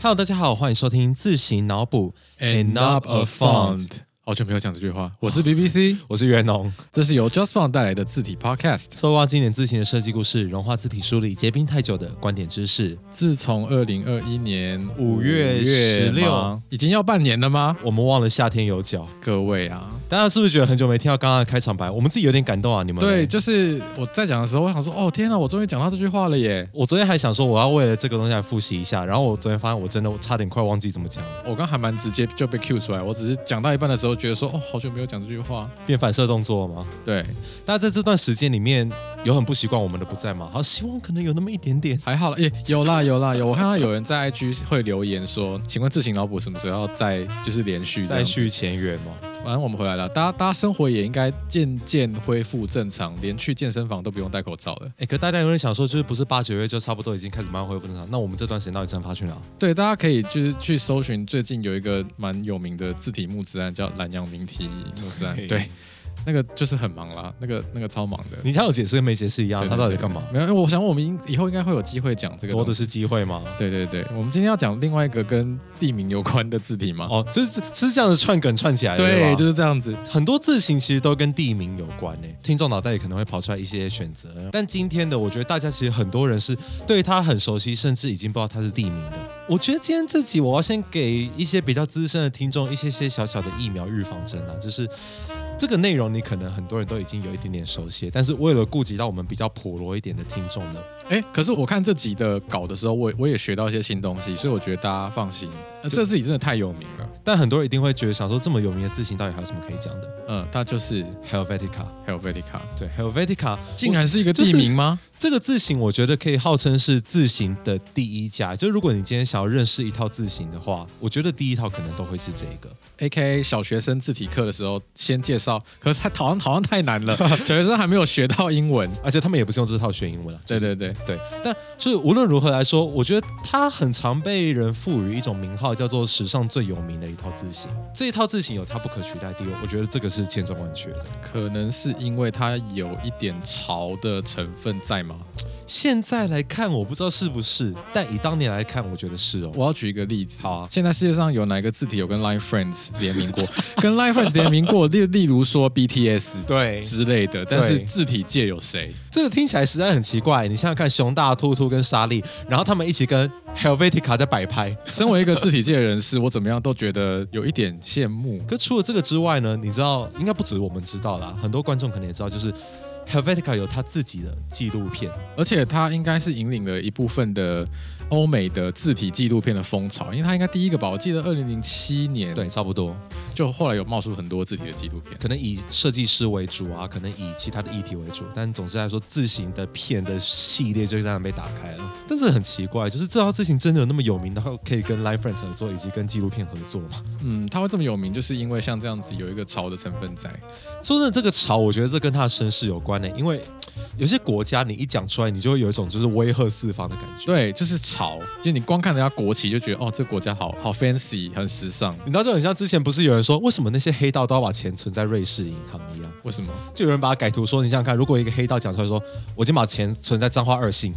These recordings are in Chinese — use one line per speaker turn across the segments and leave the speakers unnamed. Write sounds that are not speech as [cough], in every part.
Hello，大家好，欢迎收听自行脑补
not a font。好久没有讲这句话，我是 BBC，
我是袁农。
[laughs] 这是由 Just Font 带来的字体 Podcast。
搜挖经典字形的设计故事，融化字体梳理结冰太久的观点知识。
自从二零二一年
5月16
吗已经要半年了吗？
我们忘了夏天有脚，
各位啊，
大家是不是觉得很久没听到刚刚的开场白？我们自己有点感动啊，你们呢
对，，就是我在讲的时候，我想说，哦天哪，我终于讲到这句话了耶！
我昨天还想说我要为了这个东西来复习一下，然后我昨天发现我真的我差点快忘记怎么讲，了，
我刚还蛮直接就被 Q 出来，我只是讲到一半的时候，觉得说，哦，好久没有讲这句话。
变反射动作了吗？
对，
大家在这段时间里面有很不习惯我们的不在吗？好，希望可能有那么一点点。
还好了，耶，有啦有啦有，我看到有人在 IG 会留言说，请问自行脑补什么时候要再就是连续这
再
样
续前缘吗？
反正我们回来了，大家大家生活也应该渐渐恢复正常，连去健身房都不用戴口罩了。
哎、可大家有点想说，就是不是八九月就差不多已经开始慢慢恢复正常？那我们这段时间到底蒸发去啊哪？
对，大家可以就是去搜寻最近有一个蛮有名的字体木之案，叫蓝阳明体木之案，
对
[laughs] 对，那个就是很忙啦，那个那个超忙的。
你看我解释跟没解释一样，
对
他到底干嘛？？
对对没有，因为我想我们应以后应该会有机会讲这个
多
东西。
的是机会吗？
对对对，我们今天要讲另外一个跟地名有关的字体嘛？
哦，就是是这样的串梗串起来的，
对，
吧
就是这样子。
很多字形其实都跟地名有关诶，听众脑袋里可能会跑出来一些选择，但今天的我觉得大家其实很多人是对它很熟悉，甚至已经不知道它是地名的。我觉得今天这集我要先给一些比较资深的听众一些些小小的疫苗预防针啊，就是这个内容你可能很多人都已经有一点点熟悉，但是为了顾及到我们比较普罗一点的听众呢，
哎，可是我看这集的稿的时候，我也我也学到一些新东西，所以我觉得大家放心，呃、
就
这字体真的太有名了。
但很多人一定会觉得想说这么有名的字形到底还有什么可以讲的
嗯，它就是
？Helvetica，
Helvetica，
对，Helvetica
竟然是一个
就
地
是
名吗？
这个字形，我觉得可以号称是字形的第一家。就如果你今天想要认识一套字形的话，我觉得第一套可能都会是这一个。
A K A 小学生字体课的时候先介绍，可是他好像好像太难
[laughs]
了，小学生还没有学到英文。
而且他们也不是用这套学英文了。[laughs]
对
就是
对对，
对，但就是无论如何来说，我觉得它很常被人赋予一种名号，叫做史上最有名的一套字形。这一套字形有它不可取代的地位，我觉得这个是千真万确的。
可能是因为它有一点潮的成分在吗？
现在来看，我不知道是不是，但以当年来看，我觉得是哦。
我要举一个例子。
好啊
现在世界上有哪一个字体有跟 Line Friends 联名过？ [laughs] 跟 Line Friends 联名过，例例如说 B T S
对
之类的，但是
对
字体界有谁？
这个听起来实在很奇怪。你想想看，熊大、兔兔跟莎莉，然后他们一起跟 Helvetica 在摆拍。
身为一个字体界的人士，我怎么样都觉得有一点羡慕。
可除了这个之外呢，你知道，应该不止我们知道啦，很多观众可能也知道，就是 Helvetica 有他自己的纪录片。
而且它应该是引领了一部分的欧美的字体纪录片的风潮，因为它应该第一个吧，我记得二零零七年，
对，，差不多，
就后来有冒出很多字体的纪录片。
可能以设计师为主啊，可能以其他的议题为主，但总之来说，字形的片的系列就这样被打开了。但是很奇怪，就是这套字形真的有那么有名，然后可以跟 Life Friends 合作，以及跟纪录片合作吗？
嗯，它会这么有名，就是因为像这样子有一个潮的成分在。
说真的，这个潮，我觉得这跟他的身世有关呢、因为嘖有些国家你一讲出来，你就会有一种就是威吓四方的感觉。
[laughs] 对，就是潮，就你光看人家国旗就觉得哦，这国家好好 fancy，很时尚。
你知道就很像之前不是有人说，为什么那些黑道都要把钱存在瑞士银行一样？
为什么？ [laughs]
就有人把它改图说，你想想看，如果一个黑道讲出来说，我今天把钱存在彰化二信，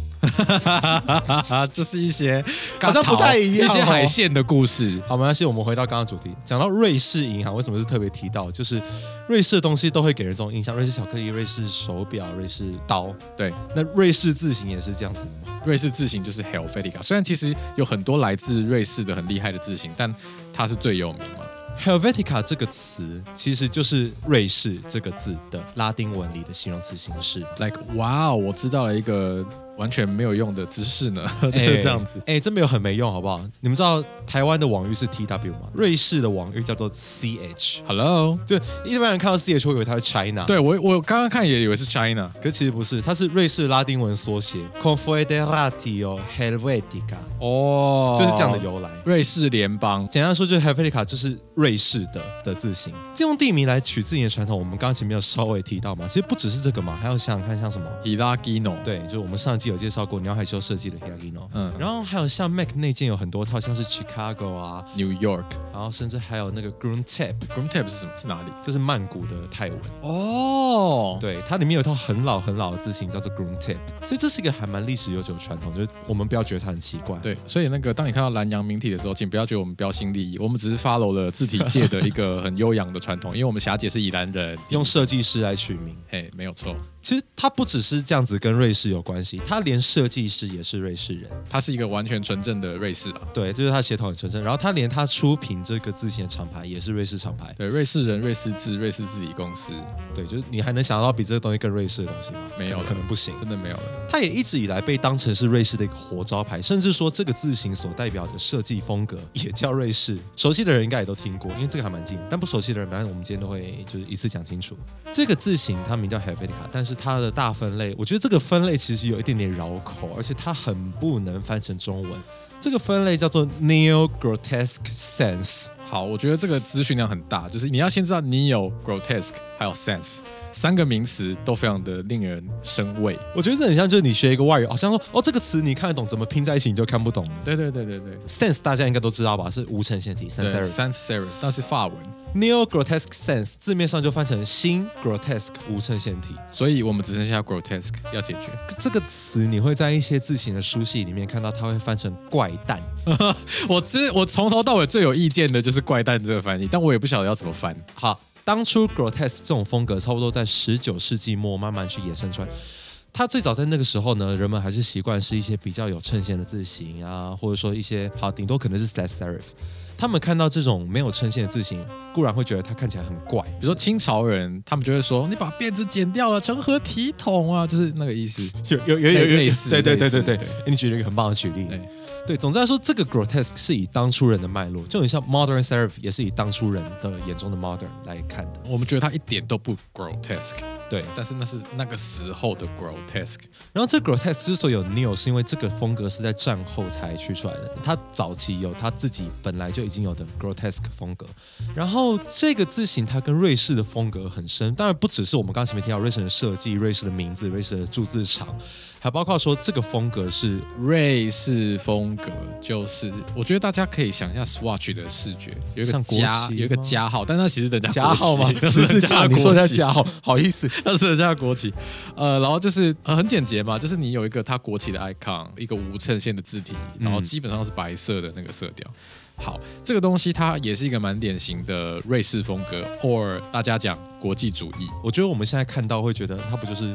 就是一些
好像不太一样哦
一些海线的故事。
好，没关系，我们回到刚刚主题，讲到瑞士银行，为什么是特别提到？就是瑞士的东西都会给人这种印象，瑞士巧克力、瑞士手表、瑞士刀，
对，
那瑞士字形也是这样子吗？
瑞士字形就是 Helvetica，虽然其实有很多来自瑞士的很厉害的字形，但它是最有名嘛。
Helvetica 这个词其实就是瑞士这个字的拉丁文里的形容词形式，
like 哇哦，我知道了一个完全没有用的知识呢， [laughs] 就是这样子。
哎、这没有很没用，好不好？你们知道台湾的网域是 TW 吗？瑞士的网域叫做 CH，
Hello，
就一般人看到 CH 会以为它是 China，，
对我我刚刚看也以为是 China，
可其实不是，它是瑞士拉丁文缩写 Confederatio Helvetica，
哦，
就是这样的由来。
瑞士联邦。
简单说，就是 Helvetica 就是瑞士的的字形。这用地名来取自己的传统，我们刚刚前面有稍微提到嘛。其实不只是这个嘛，还要想想看，像什么
h i r a g i n o
对，就是我们上一季有介绍过鸟海修设计的 Hagino，
嗯
然后还有像 Mac 那件有很多套，像是 Chicago 啊，
New York
然后甚至还有那个 Groom Tap，
Groom Tap 是什么？是哪里？
就是曼谷的泰文。
哦，
对，它里面有一套很老很老的字型叫做 Groom Tip，所以这是一个还蛮历史悠久的传统，就是我们不要觉得它很奇怪。，
对，所以那个当你看到蓝洋明体的时候，请不要觉得我们标新立异，我们只是 follow 了字体界的一个很悠扬的传统，因为我们霞姐是宜兰人，
用设计师来取名，
嘿，没有错，
其实它不只是这样子跟瑞士有关系，它连设计师也是瑞士人。
它是一个完全纯正的瑞士啊，
对，这是它血统很纯正。然后它连它出品这个字型的厂牌也是瑞士厂牌。
对，瑞士人、瑞士字、瑞士字体公司，
对，就是你还能想到比这个东西更瑞士的东西吗？
没
可
有
能可能不行。
真的没有了。
它也一直以来被当成是瑞士的一个活招牌，甚至说这个字形所代表的设计风格也叫瑞士。熟悉的人应该也都听过，因为这个还蛮近。但不熟悉的人，反正我们今天都会就是一次讲清楚。这个字形它名叫 Helvetica，但是它的大分类，我觉得这个分类其实有一点点绕口，而且它很不能翻成中文。这个分类叫做 Neo Grotesque Sense。
好，我觉得这个资讯量很大，就是你要先知道 neo、grotesque 还有 sense 三个名词都非常的令人生畏。
我觉得这很像就是你学一个外语，好像说哦这个词你看得懂，怎么拼在一起你就看不懂了。
对对对对对
Sense 大家应该都知道吧，是无衬线体 s e
对
n s o r y
，sans serif 但是法文，
Neo Grotesque Sense 字面上就翻成新 Grotesque 无衬线体。
所以我们只剩下 grotesque 要解决。
这个词你会在一些字形的书系里面看到，它会翻成怪诞。
我之我从头到尾最有意见的就是“怪诞”这个翻译，但我也不晓得要怎么翻。
好，当初 Grotesque 这种风格差不多在十九世纪末慢慢去衍生出来。它最早在那个时候呢，人们还是习惯是一些比较有衬线的字形啊，或者说一些好，顶多可能是 slab serif。他们看到这种没有衬线的字形，固然会觉得它看起来很怪，
比如说清朝人，他们就会说：“你把辫子剪掉了，成何体统啊！”就是那个意思。
有有有有有
类似
对对对
类
对
似
对
对，
诶你举了一个很棒的举例
对。
对，总之来说，这个 grotesque 是以当初人的脉络，就很像 modern serif 也是以当初人的眼中的 modern 来看的。
我们觉得它一点都不 grotesque，
对，
但是那是那个时候的 grotesque。
然后这个 grotesque 之所以有 neo，是因为这个风格是在战后才去出来的，它早期有它自己本来就已经有的 grotesque 风格。然后这个字形它跟瑞士的风格很深，当然不只是我们刚刚前面提到瑞士的设计、瑞士的名字、瑞士的铸字厂，还包括说这个风格是
瑞士风格就是，我觉得大家可以想一下 Swatch 的视觉，有一个
像国
加，
旗
有一个
吗
加号，但那其实人家
加号吗
[laughs] 国？旗
十字架？你说人
人国
家
[laughs] 旗
加号，好意思？
那是人家的国旗，呃，然后就是、呃、很简洁嘛，就是你有一个它国旗的 icon，一个无衬线的字体，然后基本上是白色的那个色调。好，这个东西它也是一个蛮典型的瑞士风格，or 大家讲国际主义。
我觉得我们现在看到会觉得它不就是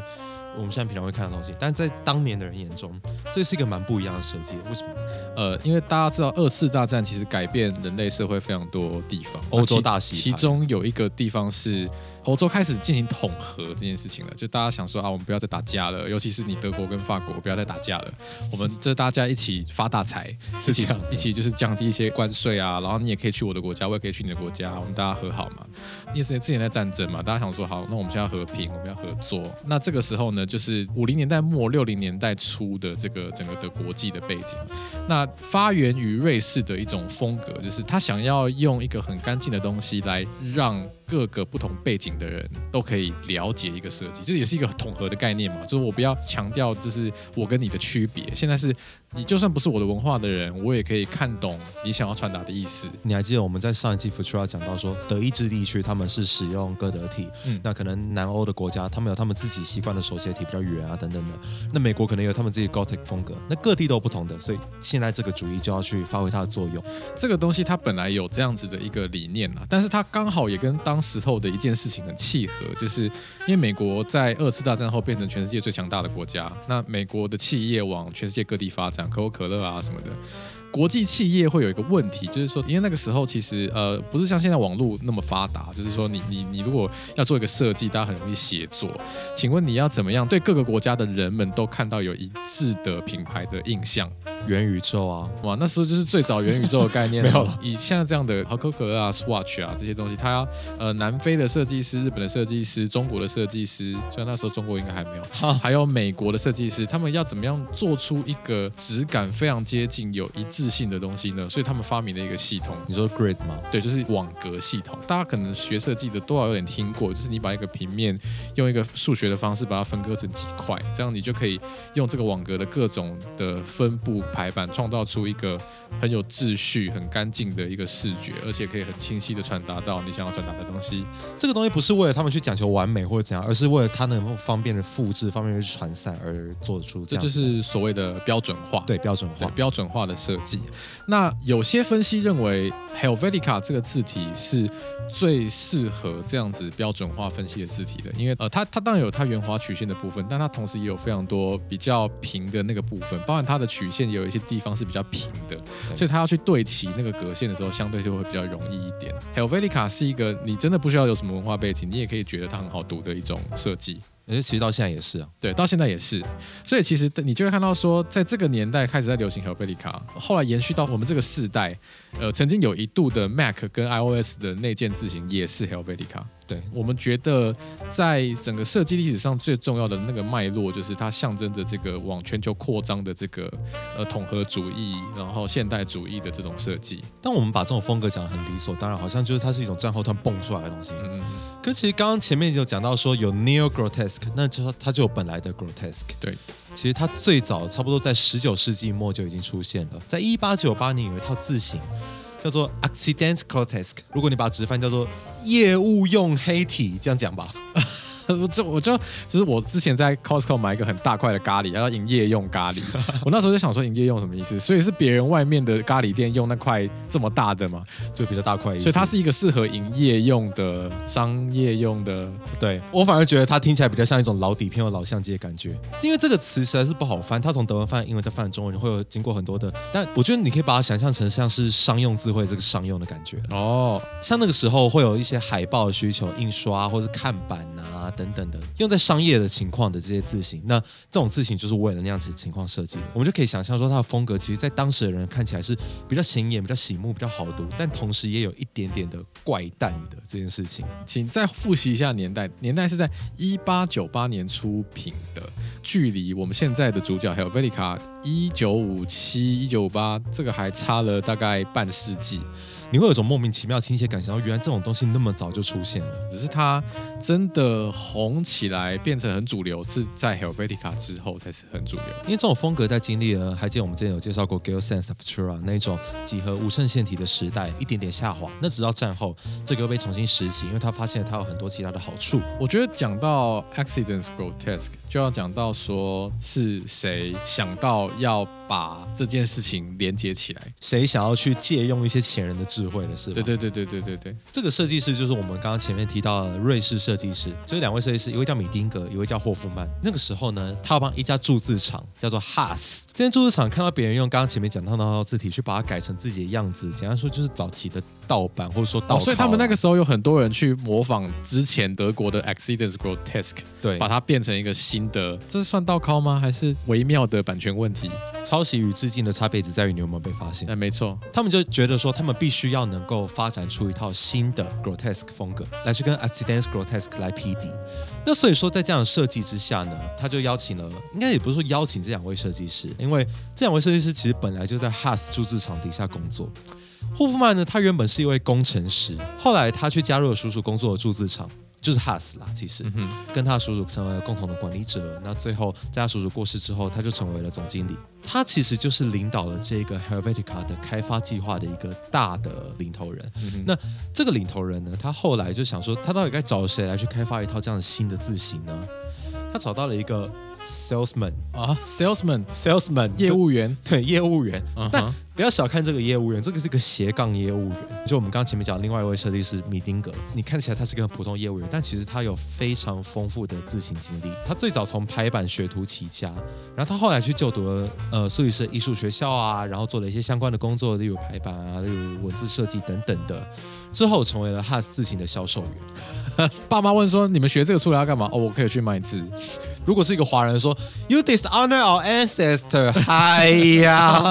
我们现在平常会看到的东西，但在当年的人眼中，这是一个蛮不一样的设计。为什么？
呃，因为大家知道二次大战其实改变人类社会非常多地方，
欧洲
那其
大洗牌
其中有一个地方是欧洲开始进行统合这件事情了，就大家想说啊，我们不要再打架了，尤其是你德国跟法国不要再打架了，我们这大家一起发大财，
是这
[laughs]
样
一起就是降低一些关税啊，然后你也可以去我的国家，我也可以去你的国家，我们大家和好嘛。因为之前之前在战争嘛，大家想说好，那我们现在要和平，我们要合作。那这个时候呢，就是五零年代末六零年代初的这个整个的国际的背景，那发源于瑞士的一种风格，就是他想要用一个很干净的东西来让各个不同背景的人都可以了解一个设计，这也是一个统合的概念嘛。就是我不要强调就是我跟你的区别，现在是你就算不是我的文化的人，我也可以看懂你想要传达的意思。
你还记得我们在上一期 Futura 讲到说，德意志地区他们是使用哥德体，
嗯
那可能南欧的国家他们有他们自己习惯的手写体比较圆啊等等的，那美国可能有他们自己的 Gothic 风格，那各地都有不同的，所以现在这个主义就要去发挥它的作用。
这个东西它本来有这样子的一个理念啊，但是它刚好也跟当时候的一件事情很契合，就是因为美国在二次大战后变成全世界最强大的国家，那美国的企业往全世界各地发展，可口可乐啊什么的。国际企业会有一个问题，就是说，因为那个时候其实呃不是像现在网络那么发达，就是说你你你如果要做一个设计，大家很容易协作。请问你要怎么样对各个国家的人们都看到有一致的品牌的印象？
元宇宙啊，
哇，那时候就是最早元宇宙的
[laughs]
概念了
没有了
以现在这样的可口可乐啊、Swatch 啊这些东西，它要呃南非的设计师、日本的设计师、中国的设计师，虽然那时候中国应该还没有，还有美国的设计师，他们要怎么样做出一个质感非常接近、有一致性的东西呢？所以他们发明了一个系统。
你说 grid 吗？
对，就是网格系统，大家可能学设计的多少有点听过，就是你把一个平面用一个数学的方式把它分割成几块，这样你就可以用这个网格的各种的分布排版，创造出一个很有秩序、很干净的一个视觉，而且可以很清晰的传达到你想要传达的东西。
这个东西不是为了他们去讲求完美或者怎样，而是为了它能够方便的复制、方便的去传散而做出这
这
样
就
子，
是所谓的标准化。
对标准
对
化。
标准化的设计。那有些分析认为 Helvetica 这个字体是最适合这样子标准化分析的字体的，因为呃，它它当然有它圆滑曲线的部分，但它同时也有非常多比较平的那个部分，包含它的曲线也有一些地方是比较平的，所以它要去对齐那个格线的时候，相对就会比较容易一点。Helvetica 是一个你真的不需要有什么文化背景，你也可以觉得它很好读的一种设计。
而且其实到现在也是啊，
对，到现在也是，所以其实你就会看到说，在这个年代开始在流行 Helvetica，后来延续到我们这个世代，呃，曾经有一度的 Mac 跟 iOS 的内建字型也是 Helvetica。
对，
我们觉得在整个设计历史上最重要的那个脉络，就是它象征着这个往全球扩张的这个呃统合主义，然后现代主义的这种设计。
但我们把这种风格讲得很理所当然，好像就是它是一种战后突然蹦出来的东西。
嗯，
可其实刚刚前面有讲到说有 neo grotesque，那就它就有本来的 grotesque。
对，
其实它最早差不多在十九世纪末就已经出现了，在一八九八年有一套字型叫做 accident grotesque，如果你把它直翻叫做业务用黑体，这样讲吧。
我 [laughs] 就我就就是我之前在 Costco 买一个很大块的咖喱，然后营业用咖喱。我那时候就想说营业用什么意思？所以是别人外面的咖喱店用那块这么大的嘛？
就比较大块一些。
所以它是一个适合营业用的、商业用的。
对我反而觉得它听起来比较像一种老底片或老相机的感觉，因为这个词实在是不好翻，它从德文翻英文再翻中文，你会有经过很多的。但我觉得你可以把它想象成像是商用智慧这个商用的感觉，
哦，
像那个时候会有一些海报的需求、印刷啊或者看板啊等等的，用在商业的情况的这些字型，那这种字型就是为了那样子的情况设计的。我们就可以想象说它的风格，其实在当时的人看起来是比较显眼、比较醒目、比较好读，但同时也有一点点的怪诞的这件事情。
请再复习一下年代，年代是在一八九八年出品的，距离我们现在的主角还有 Velica 一九五七、一九五八，这个还差了大概半世纪。
你会有一种莫名其妙的亲切感，想到原来这种东西那么早就出现了。
只是它真的红起来变成很主流，是在 Helvetica 之后才是很主流。
因为这种风格在经历了，还记得我们之前有介绍过 Gale Sans Futura 那种几何无衬线体的时代，一点点下滑。那直到战后，这个又被重新拾起，因为他发现它有很多其他的好处。
我觉得讲到 Accidents Grotesque，就要讲到说是谁想到要把这件事情连接起来。
谁想要去借用一些前人的智慧的是吧？
对对对对对对对，
这个设计师就是我们刚刚前面提到的瑞士设计师，所以两位设计师，一位叫米丁格，一位叫霍夫曼。那个时候呢，他要帮一家铸字厂叫做 Haas，这间铸字厂看到别人用刚刚前面讲到的那套字体去把它改成自己的样子，简单说就是早期的盗版或者说盗、
哦，所以他们那个时候有很多人去模仿之前德国的 Accidents Grotesque，
对
把它变成一个新的，这算倒靠吗？还是微妙的版权问题？
抄袭与致敬的差别只在于你有没有被发现
哎，。没错，
他们就觉得说，他们必须要能够发展出一套新的 grotesque 风格，来去跟 accidents grotesque 来匹敌。那所以说，在这样的设计之下呢，他就邀请了，应该也不是说邀请这两位设计师，因为这两位设计师其实本来就在 Haas 铸制厂底下工作。霍夫曼呢，他原本是一位工程师，后来他去加入了叔叔工作的铸制厂，就是 Haas 啦，其实。
嗯哼，
跟他叔叔成为了共同的管理者。那最后，在他叔叔过世之后，他就成为了总经理。他其实就是领导了这个 Helvetica 的开发计划的一个大的领头人。
嗯哼
那这个领头人呢，他后来就想说，他到底该找谁来去开发一套这样的新的字型呢？他找到了一个 salesman，salesman
啊，salesman
对
业务员，
对业务员。
嗯
但
哼
不要小看这个业务员，这个是个斜杠业务员。就我们刚刚前面讲的另外一位设计师米丁格，你看起来他是个很普通业务员，但其实他有非常丰富的自行经历。他最早从排版学徒起家，然后他后来去就读了呃苏黎世艺术学校啊，然后做了一些相关的工作，例如排版啊，例如文字设计等等的。之后成为了 Has 自行的销售员。
爸妈问说：“你们学这个出来要干嘛？”哦，我可以去卖字。
如果是一个华人说 “You dishonor our ancestor”，哎
[laughs]
呀，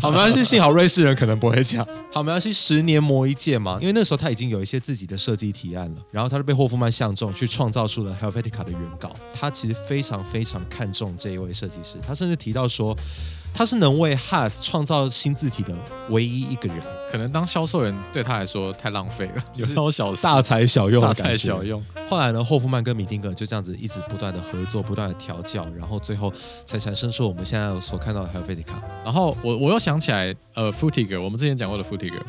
好没关系，幸好瑞士人可能不会讲。好没关系，十年磨一剑嘛，因为那时候他已经有一些自己的设计提案了，然后他就被霍夫曼相中，去创造出了 Helvetica 的原稿。他其实非常非常看重这一位设计师，他甚至提到说。他是能为 Has 创造新字体的唯一一个人，
可能当销售员对他来说太浪费 [laughs] 了，有
是
时候小事
大材小用的
大
感觉。
材小用。
后来呢，霍夫曼跟米丁格就这样子一直不断的合作，不断的调教，然后最后才产生出我们现在所看到的 Helvetica。
然后我我又想起来，呃 f u t i g e r 我们之前讲过的 f u t i g e r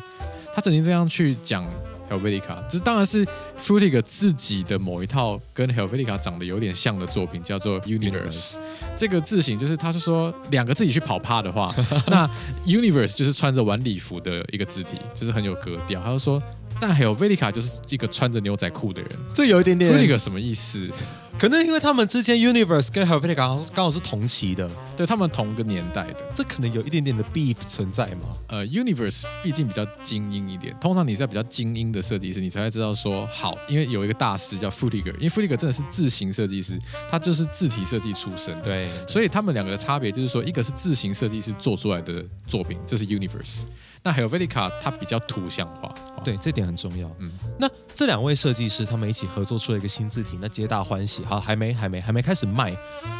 他曾经这样去讲 Helvetica，就是当然是 f u t i g e r 自己的某一套跟 Helvetica 长得有点像的作品，叫做 Universe。这个字形就是他是说两个自己去跑趴的 [laughs] 话，那 Universe 就是穿着晚礼服的一个字体，就是很有格调。他就说，但 Helvetica 就是一个穿着牛仔裤的人 f
这有一点
u t i
点，
g e r 什么意思？
可能因为他们之间 Universe 跟 Helvetica 好像是刚好是同期的，
对他们同个年代的。
这可能有一点点的 beef 存在嘛。
呃，Universe 毕竟比较精英一点，通常你在比较精英的设计师，你才会知道说好，因为有一个大师叫 Futiger，因为 Futiger 真的是字形设计师，他就是字体设计出身的。
对，
所以他们两个的差别就是说，一个是字形设计师做出来的作品，这是 Universe，那 Helvetica 它比较图像化。哦，
对，这点很重要。
嗯
那这两位设计师他们一起合作出了一个新字体，那皆大欢喜。好，还没还没还没开始卖，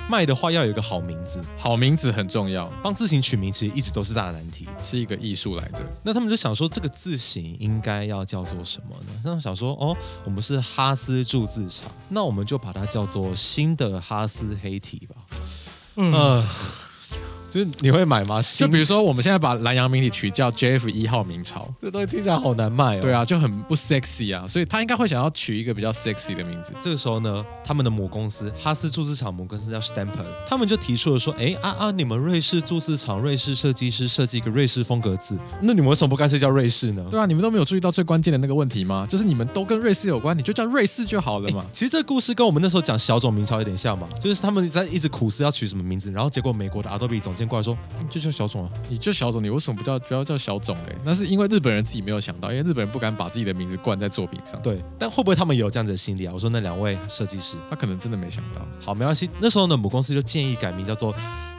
卖的话要有一个好名字，
好名字很重要，
帮字形取名其实一直都是大难题。
是一个艺术来着。
那他们就想说，这个字形应该要叫做什么呢？他们想说，哦，我们是哈斯铸字厂，那我们就把它叫做新的哈斯黑体吧。嗯、就是你会买吗？
就
新
比如说，我们现在把南洋名体取叫 JF 一号明朝，
这东西听起来好难卖哦。
对啊，就很不 sexy 啊，所以他应该会想要取一个比较 sexy 的名字。
这个时候呢，他们的母公司哈斯铸字厂母公司叫 Stamper，他们就提出了说，哎啊啊，你们瑞士铸字厂瑞士设计师设计一个瑞士风格字，那你们为什么不干脆叫瑞士呢？
对啊，你们都没有注意到最关键的那个问题吗？就是你们都跟瑞士有关，你就叫瑞士就好了嘛。
哎其实这个故事跟我们那时候讲小种明朝有点像嘛，就是他们在一直苦思要取什么名字，然后结果美国的 Adobe 总监过来说，嗯就叫小种啊。
你就小种，你为什么不叫不要叫小种嘞？那是因为日本人自己没有想到，因为日本人不敢把自己的名字冠在作品上，
对，但会不会他们也有这样子的心理啊？我说那两位设计师，
他可能真的没想到。
好，没关系。那时候呢，母公司就建议改名叫做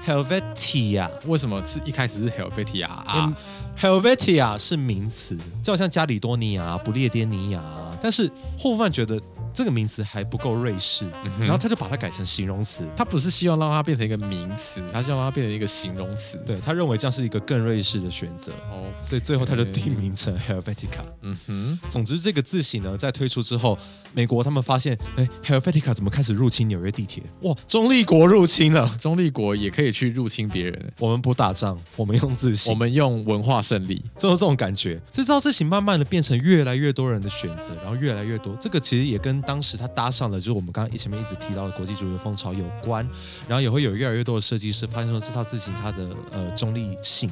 Helvetia。
为什么是一开始是 Helvetia 啊？
Helvetia 是名词，就好像加里多尼亚、不列颠尼亚啊。但是霍夫曼觉得这个名词还不够瑞士，
嗯
然后他就把它改成形容词。
他不是希望让它变成一个名词，他希望让它变成一个形容词。，
对他认为这样是一个更瑞士的选择，
哦，
所以最后他就
嗯
定名成 Helvetica。
嗯哼，
总之，这个字型呢，在推出之后，美国他们发现，哎，Helvetica 怎么开始入侵纽约地铁？哇，中立国入侵了！
中立国也可以去入侵别人，
我们不打仗，我们用字型，
我们用文化胜利。
就是这种感觉。这套字型慢慢的变成越来越多人的选择，然后越来越多。这个其实也跟当时它搭上了，就是我们刚刚前面一直提到的国际主义风潮有关，然后也会有越来越多的设计师发现说这套字型它的呃中立性。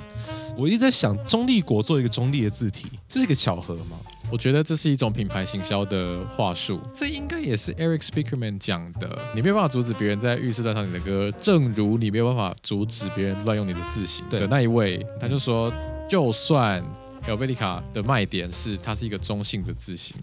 我一直在想，中立国做一个中立的字体，这是个巧合吗？
我觉得这是一种品牌行销的话术，这应该也是 Eric Speakerman 讲的。你没有办法阻止别人在浴室端上你的歌，正如你没有办法阻止别人乱用你的字型
对
的那一位，他就说，就算 Helvetica 的卖点是它是一个中性的字型，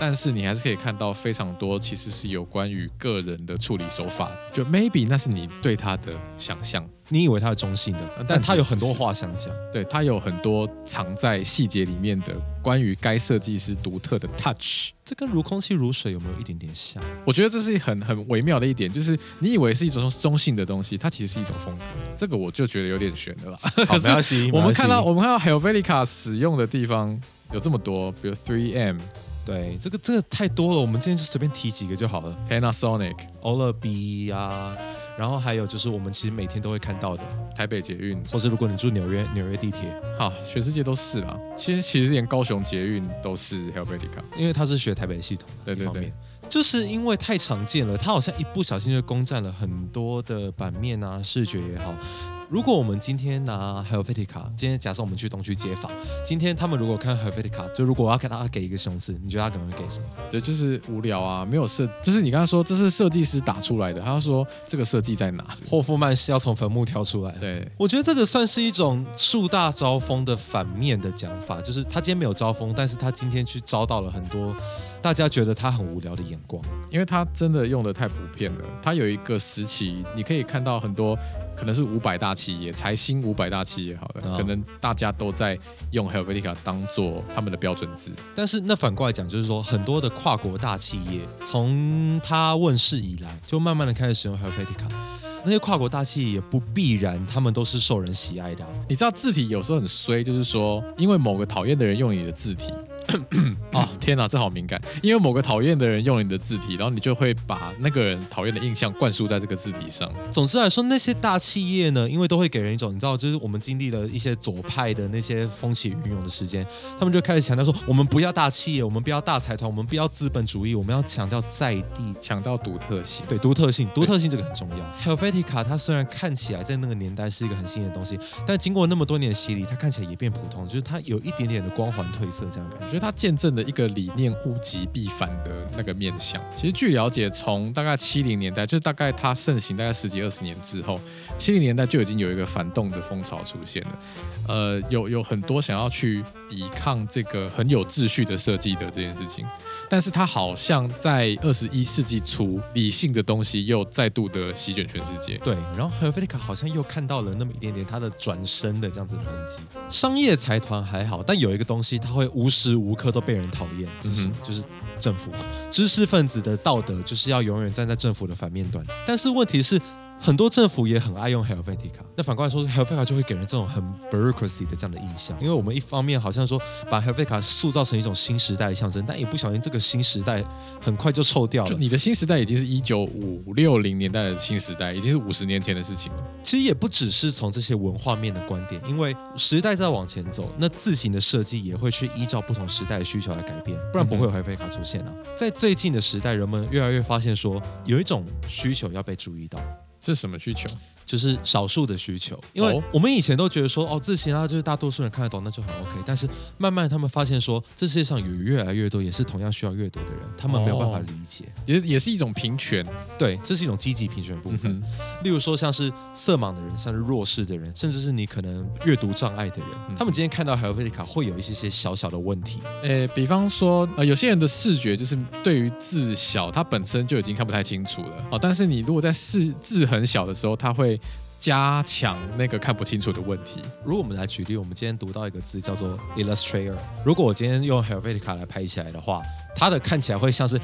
但是你还是可以看到非常多其实是有关于个人的处理手法，就 maybe 那是你对它的想象，
你以为它是中性的，但
但
它有很多
不是
话想讲。
对它有很多藏在细节里面的关于该设计师独特的 touch。
这跟如空气如水有没有一点点
[laughs]
像？
我觉得这是很很微妙的一点，就是你以为是一种中性的东西，它其实是一种风格，这个我就觉得有点悬的啦。
好，
可
没
是
关系。没
我们
关系
看到我们看到 Helvetica 使用的地方有这么多，比如 3M、
对这个这个太多了，我们今天就随便提几个就好了。
Panasonic、
欧乐 B 啊，然后还有就是我们其实每天都会看到的，
台北捷运，
或是如果你住纽约，纽约地铁，
哈，全世界都是啦。其实其实连高雄捷运都是 Helvetica，
因为他是学台北系统的，
对对
一方面。就是因为太常见了，它好像一不小心就攻占了很多的版面啊，视觉也好，如果我们今天拿 Helvetica，今天假设我们去东区街访，今天他们如果看 Helvetica，就如果我要给他给一个形容词，你觉得他可能会给什么？
对，就是无聊啊，没有设，就是你刚刚说这是设计师打出来的，他说这个设计在哪？
霍夫曼是要从坟墓跳出来的。
对，
我觉得这个算是一种树大招风的反面的讲法，就是他今天没有招风，但是他今天去招到了很多大家觉得他很无聊的眼光。
因为他真的用的太普遍了，他有一个时期，你可以看到很多可能是五百大企业，财新五百大企业好了，
哦
可能大家都在用 Helvetica 当做他们的标准字，
但是那反过来讲，就是说很多的跨国大企业从它问世以来，就慢慢的开始使用 Helvetica。那些跨国大企业也不必然，他们都是受人喜爱的啊、
你知道字体有时候很衰，就是说，因为某个讨厌的人用你的字体，哦天哪，这好敏感！因为某个讨厌的人用你的字体，然后你就会把那个人讨厌的印象灌输在这个字体上。
总之来说，那些大企业呢，因为都会给人一种你知道，就是我们经历了一些左派的那些风起云涌的时间，他们就开始强调说，我们不要大企业，我们不要大财团，我们不要资本主义，我们要强调在地。
强调独特性，
对独特性，独特性这个很重要。Helvetica 它虽然看起来在那个年代是一个很新的东西，但经过那么多年的洗礼，它看起来也变普通，就是它有一点点的光环褪色这样的感觉。
我觉得它见证了一个理念物极必反的那个面向。其实据了解，从大概七零年代，就是大概它盛行大概十几二十年之后，七零年代就已经有一个反动的风潮出现了。呃，有有很多想要去抵抗这个很有秩序的设计的这件事情，但是它好像在二十一世纪初，理性的东西又再度的席卷全世界。
对，然后 Helvetica 好像又看到了那么一点点它的转身的这样子的痕迹。商业财团还好，但有一个东西它会无时无刻都被人讨厌，是
嗯
什么？就是政府。知识分子的道德就是要永远站在政府的反面端。但是问题是。很多政府也很爱用 Helvetica，那反过来说，Helvetica 就会给人这种很 bureaucracy 的这样的印象，因为我们一方面好像说把 Helvetica 塑造成一种新时代的象征，但一不小心这个新时代很快就臭掉了
就。你的新时代已经是一九五六零年代的新时代，已经是五十年前的事情了。
其实也不只是从这些文化面的观点，因为时代在往前走，那字形的设计也会去依照不同时代的需求来改变，不然不会有 h i 卡出现啊。在最近的时代，人们越来越发现说，有一种需求要被注意到。
这是什么需求？
就是少数的需求，因为
哦
我们以前都觉得说，哦，字形啊，就是大多数人看得懂，那就很 OK。但是慢慢他们发现说，这世界上有越来越多也是同样需要阅读的人，他们没有办法
哦
理解。
也也是一种平权。
对，这是一种积极平权的部
嗯
分。
哼，
例如说像是色盲的人，像是弱势的人，甚至是你可能阅读障碍的人，
嗯
他们今天看到 Helvetica 会有一些些小小的问题，
诶，比方说，呃，有些人的视觉就是对于字小，他本身就已经看不太清楚了哦。但是你如果在视字很小的时候，他会加强那个看不清楚的问题。
如果我们来举例，我们今天读到一个字叫做 illustrator，如果我今天用 Helvetica 来拍起来的话，它的看起来会像是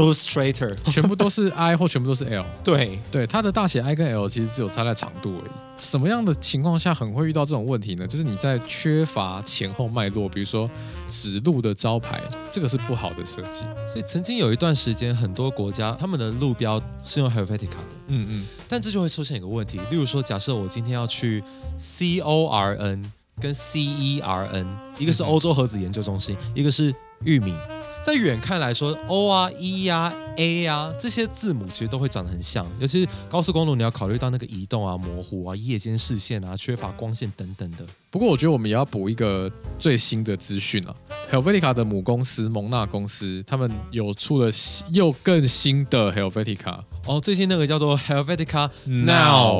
illustrator，
全部都是 I 或全部都是 L，
对，
对，它的大写 I 跟 L 其实只有差在长度而已。什么样的情况下很会遇到这种问题呢？就是你在缺乏前后脉络，比如说指路的招牌，这个是不好的设计。
所以曾经有一段时间，很多国家他们的路标是用 Helvetica 的，
嗯嗯，
但这就会出现一个问题，例如说，假设我今天要去 C O R N 跟 C E R N，一个是
嗯
欧洲核子研究中心，一个是玉米。在远看来说，O 啊、E 啊、A 啊这些字母其实都会长得很像，尤其是高速公路，你要考虑到那个移动啊、模糊啊、夜间视线啊、缺乏光线等等的。
不过我觉得我们也要补一个最新的资讯啊，Helvetica 的母公司蒙纳公司，他们有出了新又更新的 Helvetica
哦，最近那个叫做 Helvetica
Now，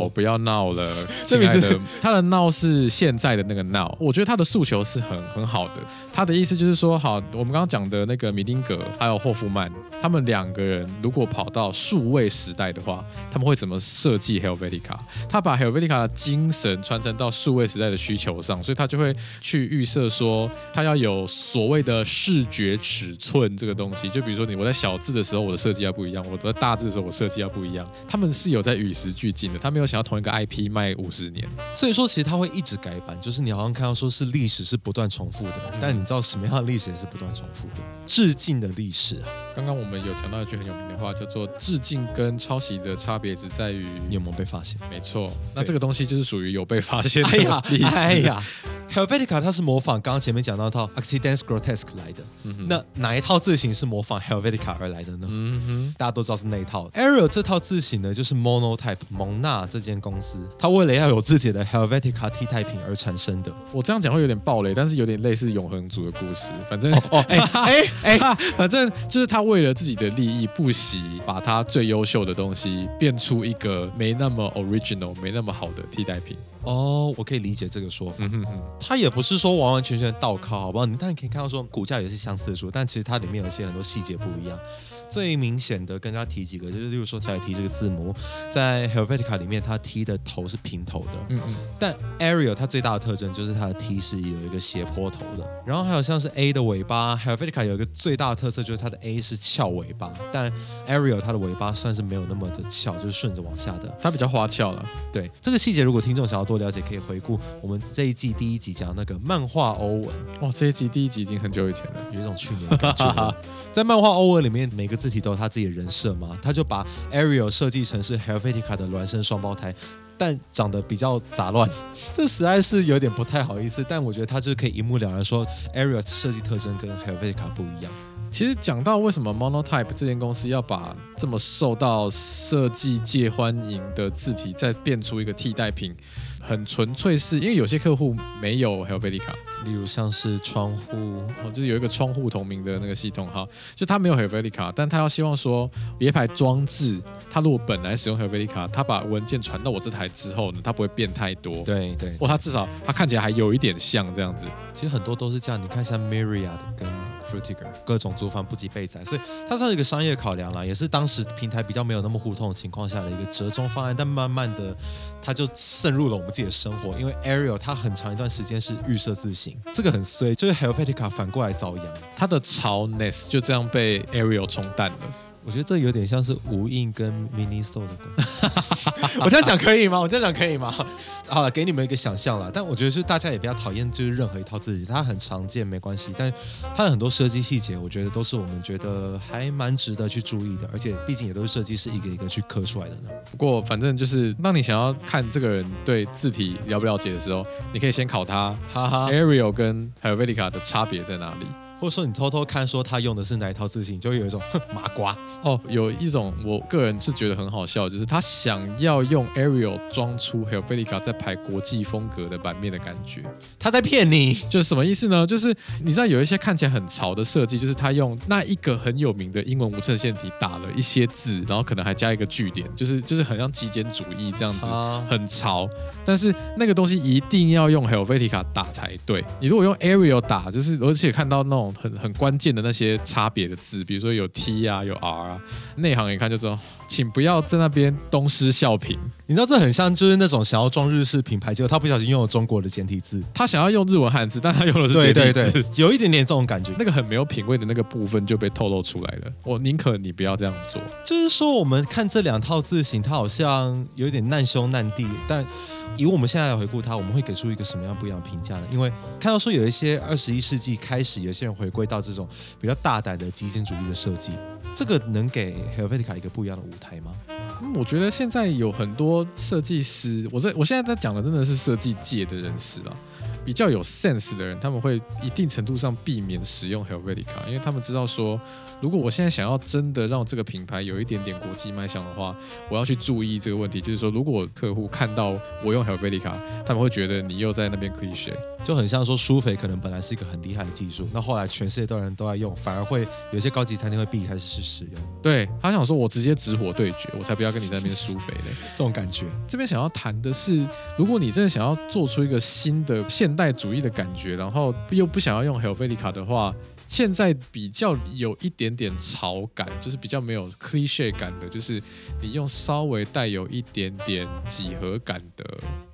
Now，
不要闹了，
[laughs] 这
亲
名
爱
字
的，他的闹是现在的那个闹，我觉得他的诉求是很很好的，他的意思就是说，好，我们刚刚讲的那个米丁格还有霍夫曼，他们两个人如果跑到数位时代的话，他们会怎么设计 Helvetica？他把 Helvetica 的精神传承到数位时代的需求上，所以他就会去预设说，它要有所谓的视觉尺寸这个东西。就比如说你我在小字的时候，我的设计要不一样；我在大字的时候，我设计要不一样。他们是有在与时俱进的，他没有想要同一个 IP 卖五十年。
所以说，其实它会一直改版，就是你好像看到说是历史是不断重复的，但你知道什么样的历史也是不断重复的，致敬的历史啊，
刚刚我们有讲到一句很有名的话，叫做“致敬跟抄袭的差别只在于
你有没有被发现？
没错，那
对 [laughs]
这个东西就是属于有被发现的
哎呀
例，子
哎呀， Helvetica 它是模仿刚刚前面讲到那套 Accidents Grotesque 来的，那哪一套字型是模仿 Helvetica 而来的呢？大家都知道是那一套。Arial 这套字型呢，就是 Monotype 蒙纳这间公司，它为了要有自己的 Helvetica 替代品而产生的。
我这样讲会有点暴雷，但是有点类似永恒族的故事。反正 [laughs]
哦，哎哎哎，
啊， [laughs] 反正就是他为了自己的利益不惜把他最优秀的东西变出一个没那么 original、没那么好的替代品。
哦，我可以理解这个说法。
嗯哼哼，
它也不是说完完全全倒靠，好不好？你但可以看到说骨架也是相似的处，但其实它里面有一些很多细节不一样。最明显的跟大家提几个，就是例如说小野提这个字母，在 Helvetica 里面，它 T 的头是平头的，
嗯嗯，
但 Arial 它最大的特征就是它的 T 是有一个斜坡头的，然后还有像是 A 的尾巴，Helvetica 有一个最大的特色就是它的 A 是翘尾巴，但 Arial 它的尾巴算是没有那么的翘，就是顺着往下的。
他比较花俏了。
对这个细节，如果听众想要多了解，可以回顾我们这一季第一集讲那个漫画欧文，
哇，这一集第一集已经很久以前了。
有一种去年的感觉了。在漫画欧文里面，每个字体都有他自己的人设嘛， [laughs] 他就把 Ariel 设计成是 Helvetica 的孪生双胞胎。但长得比较杂乱，这实在是有点不太好意思。但我觉得他就是可以一目了然说，Ariel 设计特征跟 Helvetica 不一样。
其实讲到为什么 Monotype 这间公司要把这么受到设计界欢迎的字体再变出一个替代品，很纯粹是因为有些客户没有 Helvetica，
例如像是窗户，
哦，就是有一个窗户同名的那个系统哈，就它没有 Helvetica，但它要希望说别牌装置，它如果本来使用 Helvetica，它把文件传到我这台之后呢，它不会变太多。
对对，
或它至少它看起来还有一点像这样子，
其实很多都是这样，你看像 Myriad 跟 Frutiger 各种租房不及被宰，所以它算是一个商业考量啦，也是当时平台比较没有那么互通的情况下的一个折中方案。但慢慢的，它就渗入了我们自己的生活，因为 Arial 它很长一段时间是预设字型，这个很衰，就是 Helvetica 反过来遭殃。
它的潮 ness 就这样被 Arial 冲淡了。
我觉得这有点像是无印跟 Miniso 的关系。 [laughs] 我这样讲可以吗？我这样讲可以吗？好了，给你们一个想象啦。但我觉得就是大家也不要讨厌，就是任何一套字体，它很常见没关系。但它的很多设计细节，我觉得都是我们觉得还蛮值得去注意的。而且毕竟也都是设计师一个一个去刻出来的呢。
不过反正就是，当你想要看这个人对字体了不了解的时候，你可以先考他
哈哈，
Arial 跟 Helvetica 的差别在哪里。
或者说你偷偷看说他用的是哪一套字型，就会有一种哼麻瓜。
哦，有一种我个人是觉得很好笑，就是他想要用 Arial 装出 Helvetica 在排国际风格的版面的感觉，
他在骗你。
就是什么意思呢？就是你知道有一些看起来很潮的设计，就是他用那一个很有名的英文无衬线体打了一些字，然后可能还加一个句点，就是就是很像极简主义这样子。
啊，
很潮，但是那个东西一定要用 Helvetica 打才对。你如果用 Arial 打，就是而且看到那种很很关键的那些差别的字，比如说有 T 啊，有 R 啊，内行一看就知道，请不要在那边东施效颦。
你知道这很像就是那种想要装日式品牌，结果他不小心用了中国的简体字。
他想要用日文汉字，但他用的是
对
简体
对
字。
对，有一点点这种感觉。
[laughs] 那个很没有品味的那个部分就被透露出来了。我宁可你不要这样做。
就是说，我们看这两套字形，它好像有点难兄难弟，但以我们现在来回顾它，我们会给出一个什么样不一样的评价呢？因为看到说有一些二十一世纪开始，有些人回归到这种比较大胆的极简主义的设计，这个能给 Helvetica 一个不一样的舞台吗？
嗯，我觉得现在有很多设计师，我在我现在在讲的真的是设计界的人士啊，比较有 sense 的人，他们会一定程度上避免使用 Helvetica，因为他们知道说，如果我现在想要真的让这个品牌有一点点国际卖相的话，我要去注意这个问题，就是说，如果客户看到我用 Helvetica，他们会觉得你又在那边 cliche。
就很像说苏菲可能本来是一个很厉害的技术，那后来全世界的人都在用，反而会有些高级餐厅会避开去使用，
对他想说，我直接直火对决，我才不要跟你在那边输肥嘞。
这种感觉。
这边想要谈的是，如果你真的想要做出一个新的现代主义的感觉，然后又不想要用 Helvetica 的话，现在比较有一点点潮感，就是比较没有 cliche 感的，就是你用稍微带有一点点几何感的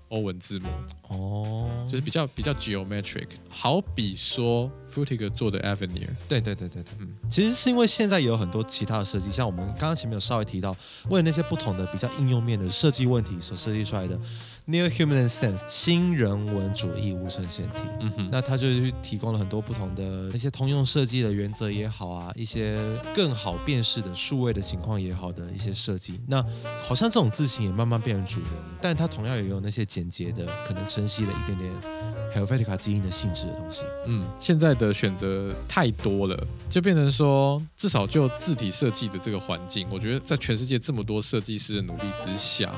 欧文字母，
哦，
就是比较比较 geometric。好比说 Frutiger 做的 Avenir。
对对对对对，
嗯
其实是因为现在也有很多其他的设计，像我们刚刚前面有稍微提到，为了那些不同的比较应用面的设计问题所设计出来的 New Human Sense 新人文主义无衬线体。
嗯哼，
那它就是提供了很多不同的那些通用设计的原则也好啊，一些更好辨识的数位的情况也好的一些设计。那好像这种字形也慢慢变成主流，但它同样也有那些简洁的，可能承袭了一点点 Helvetica 基因的性质的东西。
嗯，现在的选择太多了，就变成说，至少就字体设计的这个环境，我觉得在全世界这么多设计师的努力之下，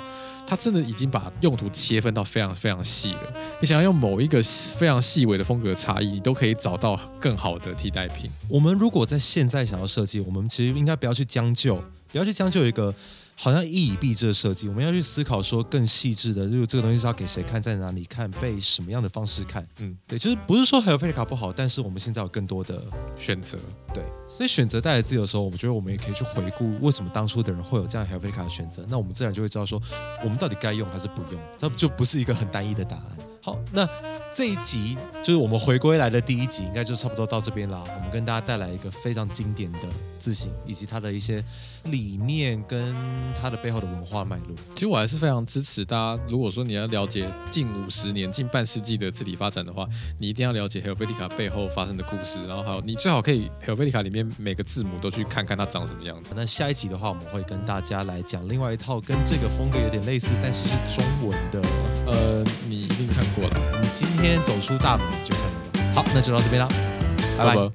他真的已经把用途切分到非常非常细了。你想要用某一个非常细微的风格差异，你都可以找到更好的替代品。
我们如果在现在想要设计，我们其实应该不要去将就，不要去将就一个好像一以蔽之的设计。我们要去思考说更细致的，就是这个东西是要给谁看，在哪里看，被什么样的方式看。
嗯，
对，就是不是说 Helvetica 不好，但是我们现在有更多的
选择，
对，所以选择带来自由的时候，我觉得我们也可以去回顾为什么当初的人会有这样 Helvetica 的选择，那我们自然就会知道说我们到底该用还是不用，它就不是一个很单一的答案。好，那这一集就是我们回归来的第一集，应该就差不多到这边啦。我们跟大家带来一个非常经典的字形，以及它的一些理念跟它的背后的文化脉络。
其实我还是非常支持大家。如果说你要了解近五十年、近半世纪的字体发展的话，你一定要了解 Helvetica 背后发生的故事，然后还有你最好可以 Helvetica 里面每个字母都去看看它长什么样子。
那下一集的话，我们会跟大家来讲另外一套跟这个风格有点类似，但是是中文的。
呃，你一定看过了，
你今天走出大门你就看得到。好，那就到这边啦，拜拜。
好吧